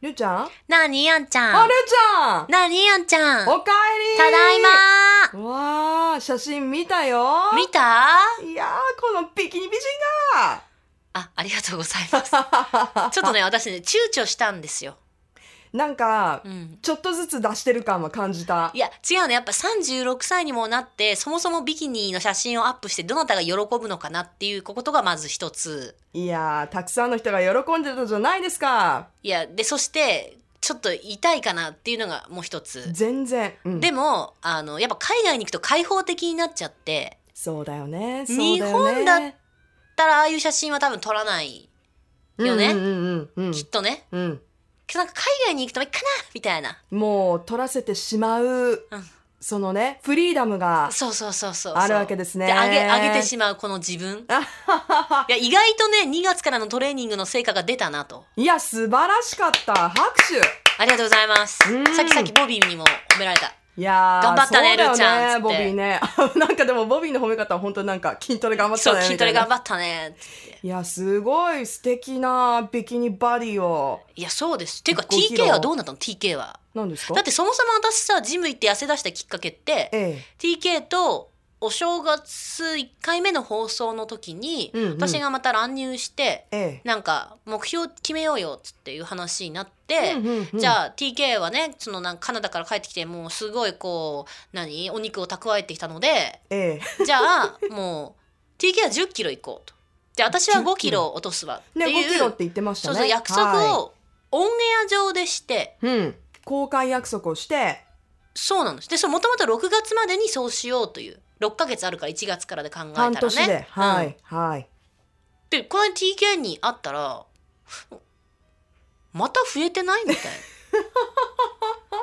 りゅうちゃんなあにやんちゃあ、んりゅうちゃんなあにやんちゃんおかえりただいままわあ、写真見たよ見たいやー、このビキニ美人があ、ありがとうございます。 ちょっとね、私ね、躊躇したんですよ。なんかう、ん。ちょっとずつ出してる感は感じたい。や、違うね。やっぱ36歳にもなって、そもそもビキニの写真をアップして、どなたが喜ぶのかなっていうことがまず一つ。いやー、たくさんの人が喜んでたじゃないですか。いや、で、そして、ちょっと痛いかなっていうのがもう一つ。全然。うんでも、あの、やっぱ海外に行くと開放的になっちゃって、そうだよね。そう日よね本だったらああいう写真は多分撮らない。よねうんうんうんうんきっとね。うん。けどなんか海外に行くとまあいいかなみたいな。もう取らせてしまう、そのね、フリーダムがそうそうそうそうそう。あるわけですね。で上げ上げてしまうこの自分いや意外とね2月からのトレーニングの成果が出たなといや、素晴らしかった。拍手。ありがとうございますうんさっきさっきボビーにも褒められたいやー頑張ったねそうだよルーちゃんっつってボビーね。 なんかでも、ボビーの褒め方は本当なんか筋トレ頑張ったそうね。筋みトたレいな頑張ったねいや、すごい素敵なビキニバディを。いやそうですっていうか5キロ TK はどうなったの TK は何ですかだってそもそも私さジム行って痩せ出したきっかけってえ TK とお正月1回目の放送の時に、うんうん私がまた乱入してえ、えなんか目標決めようよっつっていう話になって、え。うんうんうんじゃあ TK はねそのなんかカナダから帰ってきてもうすごいこう何お肉を蓄えてきたのでええ。じゃ あもう TK は1 0キロ行こうとで私は5キロ落とすわってね、いう,、 5キロって言ってましたそね。うそう約束をオンエア上でしてはい、うん。交換約束をして、そうなんですでもともと6月までにそうしようという6ヶ月あるから1月からで考えた半らね年で、はい、うんはい。でこの TK に会ったらまた増えてない みたいな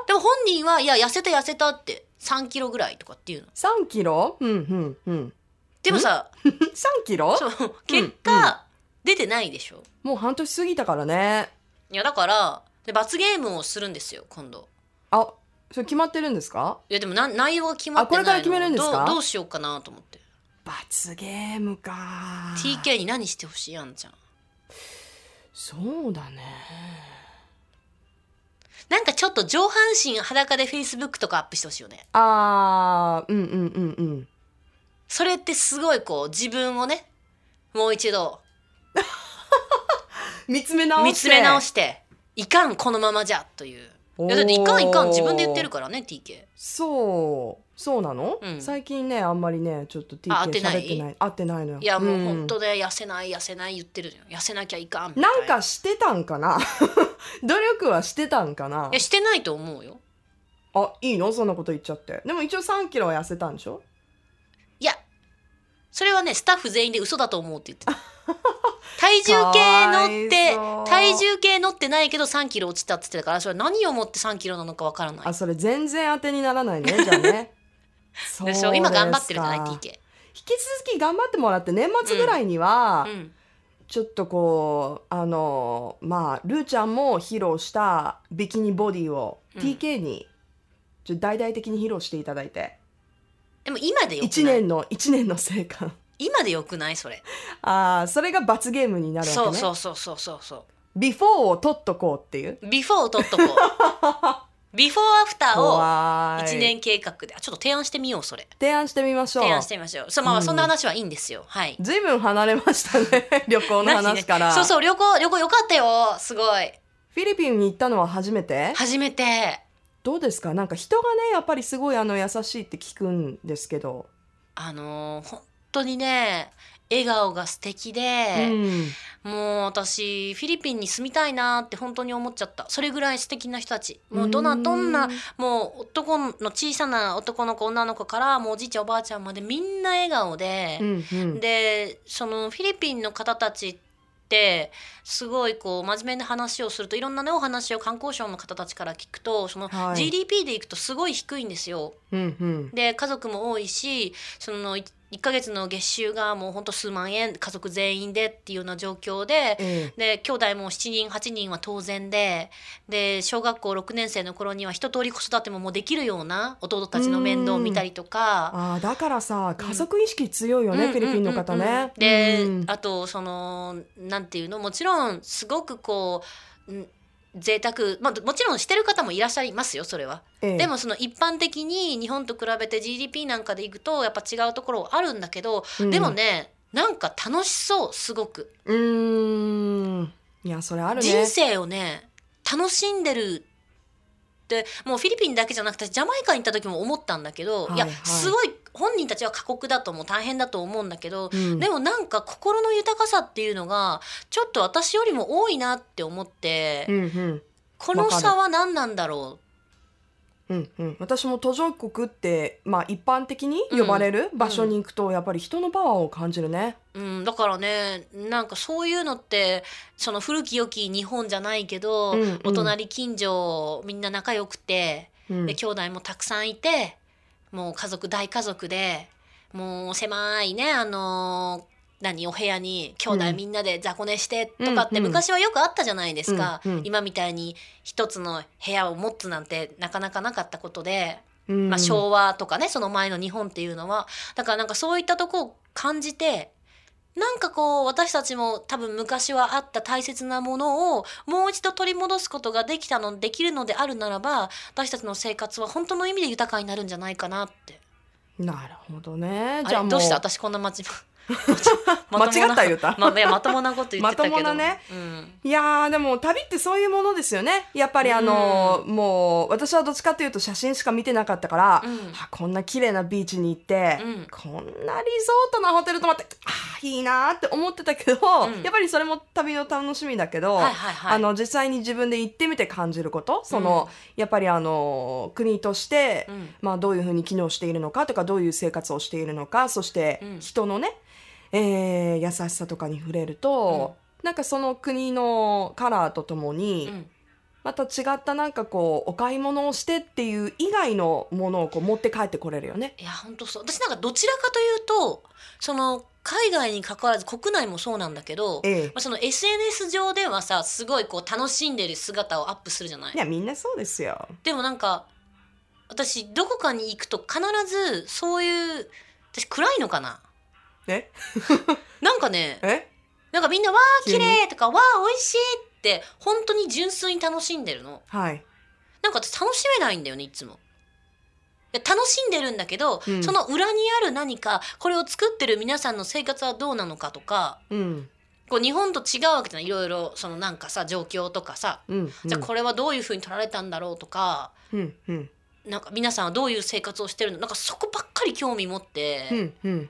でも本人はいや痩せた痩せたって3キロぐらいとかっていうの3キロうんうんうん。 でもさ3キロそう結果、うん出てないでしょもう半年過ぎたからね。いやだからで罰ゲームをするんですよ今度あ、それ決まってるんですかいやでもな内容が決まってあこないれのから決めるんですかどうどうしようかなと思って罰ゲームか。 TK に何してほしいやんちゃんそうだね。なんかちょっと上半身裸で Facebook とかアップしてほしいよねあー、うんうんうんうん。それってすごいこう自分をねもう一度見つめ直して。見つめ直していかんこのままじゃというおー。いやだっていかんいかん自分で言ってるからね TK そう。そうなの、うん最近ね、あんまりね、ちょっと TK あ合ってない喋ってない。合ってないのよ。いやもう本ん当で痩せない痩せない言ってるじゃん痩せなきゃいかんみたいなんかしてたんかな 努力はしてたんかないやしてないと思うよあ、いいのそんなこと言っちゃって。でも一応3キロは痩せたんでしょいやそれはねスタッフ全員で嘘だと思うって言って た体重計かわい乗そっうて体重計乗ってないけど3キロ落ちたって言ってたからそれは何をもって3キロなのかわからないあ、それ全然当てにならないね、じゃあね。そ でしょ今頑張ってるじゃないですか TK 引き続き頑張ってもらって年末ぐらいにはうんちょっとこうあのまあルーちゃんも披露したビキニボディをうん TK にちょっと大々的に披露していただいてでも今でよく1ない年の1年の成果 今でよくないそれああそれが罰ゲームになるわけねそうそうそうそうそうそうビフォーを取っとこうっていうビフォーを取 っとこうビフォーアフターを怖い1年計画であちょっと提案してみようそれ提案してみましょう提案してみましょうそう、まうあ、んそんな話はいいんですよはいずいぶん離れましたね 旅行の話から、そうそう旅行旅行よかったよすごいフィリピンに行ったのは初めて初めてどうですかなんか人がねやっぱりすごいあの優しいって聞くんですけど、あのー本当にね笑顔が素敵で、うんもう私フィリピンに住みたいなって本当に思っちゃったそれぐらい素敵な人たちもうどなどんなもう男の小さな男の子女の子からもうおじいちゃんおばあちゃんまでみんな笑顔でう、んうんでそのフィリピンの方たちってすごいこう真面目な話をするといろんなねお話を観光省の方たちから聞くとそのはい GDP でいくとすごい低いんですよ。うんうんで家族も多いしそのい1ヶ月の月収がもうほんと数万円家族全員でっていうような状況で。ええで兄弟も7人8人は当然でで小学校6年生の頃には一通り子育てももうできるような弟たちの面倒を見たりとかああだからさ家族意識強いよね、うんフィリピンの方うんうんうんね。で、うんあとそのなんていうのもちろんすごくこう。ん贅沢、まあ、もちろんしてる方もいらっしゃいますよそれは。ええでもその一般的に日本と比べて GDP なんかでいくとやっぱ違うところあるんだけど、うんでもねなんか楽しそうすごく、うーんいやそれあるね人生をね楽しんでるってもうフィリピンだけじゃなくてジャマイカに行った時も思ったんだけど、いはいやはいすごい本人たちは過酷だと思う大変だと思うんだけど、うんでもなんか心の豊かさっていうのがちょっと私よりも多いなって思って、うんうんこの差は何なんだろうんうん、私も途上国って、まあ、一般的に呼ばれる場所に行くと、やっぱり人のパワーを感じるね。う、うん、だからねなんかそういうのってその古き良き日本じゃないけど、うんうんお隣近所みんな仲良くて、うんで兄弟もたくさんいてもう家族大家族でもう狭いねあのー何お部屋に兄弟みんなで雑魚寝してとかっうてんうん昔はよくあったじゃないですか、うんうん今みたいに一つの部屋を持つなんてなかなかなかったことで、うんまあ、昭和とかねその前の日本っていうのはだからなんかそういったとこを感じてなんかこう私たちも多分昔はあった大切なものをもう一度取り戻すことができたのできるのであるならば私たちの生活は本当の意味で豊かになるんじゃないかなってなるほどね。あじゃあれもうどうした私こんな間違 まとも間違なった言うた。 まいやまともなこと言ってたけどまともなねうんいやーでも旅ってそういうものですよね。やっぱりあのーもう私はどっちかというと写真しか見てなかったから、うんあこんな綺麗なビーチに行って、うんこんなリゾートなホテル泊まってあーいいなーって思ってたけど、うんやっぱりそれも旅の楽しみだけど、はいはいはいあの実際に自分で行ってみて感じることその、やっぱりあの国として、うんまあ、どういうふうに機能しているのかとかどういう生活をしているのかそしてうん人のね、えー優しさとかに触れると、なんかその国のカラーとともに、うんまた違ったなんかこうお買い物をしてっていう以外のものをこう持って帰ってこれるよね。いや本当そう私なんかどちらかというとその海外に関わらず国内もそうなんだけど、まええあ、その SNS 上ではさすごいこう楽しんでる姿をアップするじゃないいやみんなそうですよ。でもなんか私どこかに行くと必ずそういう私暗いのかなえ なんかねえなんかみんな「わあ急に綺麗とか「わあ美味しい」って本当に純粋に楽しんでるのはい。なんか私楽しめないんだよねいつも。で楽しんでるんだけど、うんその裏にある何かこれを作ってる皆さんの生活はどうなのかとかうんこう日本と違うわけじゃないいろいろそのなんかさ状況とかさ、うん、じゃあこれはどういうふうに取られたんだろうとかうんうんなんか皆さんはどういう生活をしてるのなんかそこばっかり興味持って、うんうん、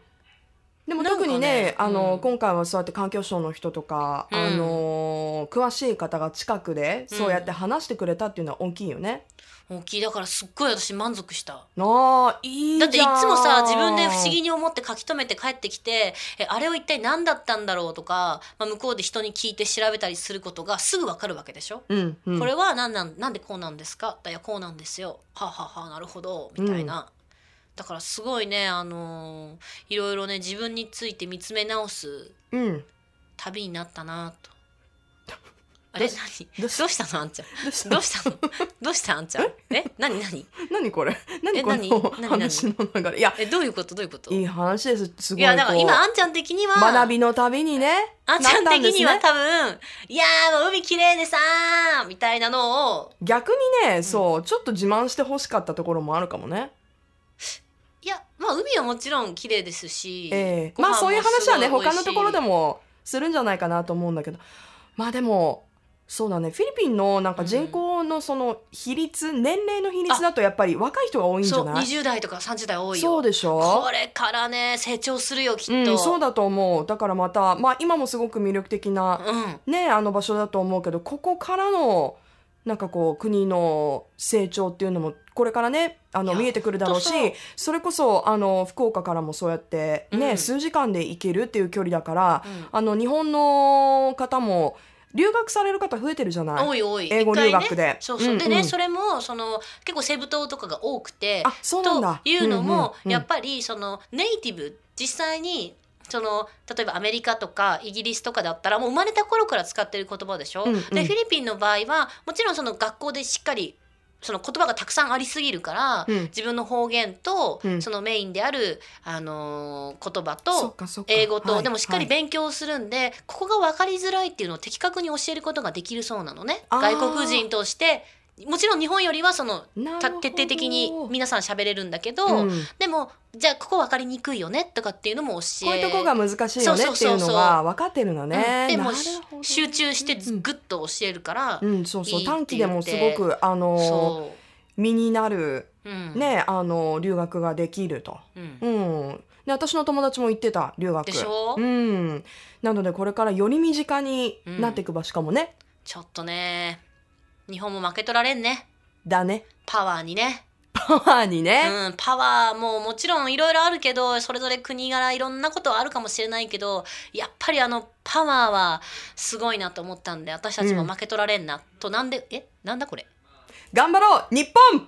でもなんか特ねにねあの、うん今回はそうやって環境省の人とか、うんあの詳しい方が近くでうんそうやって話してくれたっていうのは大きいよね。大きいだからすっごい私満足した。あーいいじだゃっんていつもさ自分で不思議に思って書き留めて帰ってきてえあれは一体何だったんだろうとか、まあ、向こうで人に聞いて調べたりすることがすぐ分かるわけでしょ、うんうん、これは何なんなんでこうなんですかいやこうなんですよはあ、はあはあなるほどみたいな、だからすごいね、あのーいろいろね自分について見つめ直すうん、旅になったな と。あれど何どどううししたのあん ちゃんどうしたどうしたのどうしたあんちゃんえ何何何これ何えこ何の何話の流れいやえどういうことどういうこといい話ですすごいいやだからこう今あんちゃん的には学びの旅にねあんちゃんなったんで的すにねは多分、いやーもう海綺麗でさーみたいなのを逆にねそうちょっと自慢してほしかったところもあるかもね。いやまあ海はもちろん綺麗ですし、ええご飯まあそういう話はねもすごい美他味しのいところでもするんじゃないかなと思うんだけどまあでもそうだねフィリピンのなんか人口のその比率、年齢の比率だとやっぱり若い人が多いんじそゃうない20代とか30代多いよそうでしょこれからね成長するよきっと、うん、そうだだと思うだからまた、まあ、今もすごく魅力的な、うんね、あの場所だと思うけどここからのなんかこう国の成長っていうのもこれからねあのいや見えてくるだろうしほんとそうそれこそあの福岡からもそうやって、ねうん数時間で行けるっていう距離だから、うんあの日本の方も留学される方増えてるじゃない多い多い英語留学で一回ねそうそう、でうんうねんそれもその結構セブ島とかが多くてあそうなんだというのも、うんうんうんやっぱりそのネイティブ実際にその例えばアメリカとかイギリスとかだったらもう生まれた頃から使ってる言葉でしょ、うんうんでフィリピンの場合はもちろんその学校でしっかりその言葉がたくさんありすぎるから、うん自分の方言と、うんそのメインである、あのー言葉そうとかそうか英語と、はいでもしっかりはい勉強するんで、ここが分かりづらいっていうのを的確に教えることができるそうなのねあー外国人としてもちろん日本よりはそのなたるほど徹底的に皆さん喋れるんだけど、うんでもじゃあここ分かりにくいよねとかっていうのも教こえういうとこが難しいよねそうっそていうそううそうのが分かってるのうんね。でもなるほど集中してうんうんグッと教えるから、うん、そうそういいって言短って期でもすごくあのそ身になるう、うん、ねあの留学ができると。うんうん。で私の友達も行ってた留学。でしょうん。なのでこれからより身近になっていく場しかもね。ちょっとね日本も負け取られんねだね。 パワーにね、パワーにね。うん、パワーももちろんいろいろあるけどそれぞれ国柄いろんなことはあるかもしれないけどやっぱりあのパワーはすごいなと思ったんで私たちも負け取られんな、となんでえなんだこれ頑張ろう日本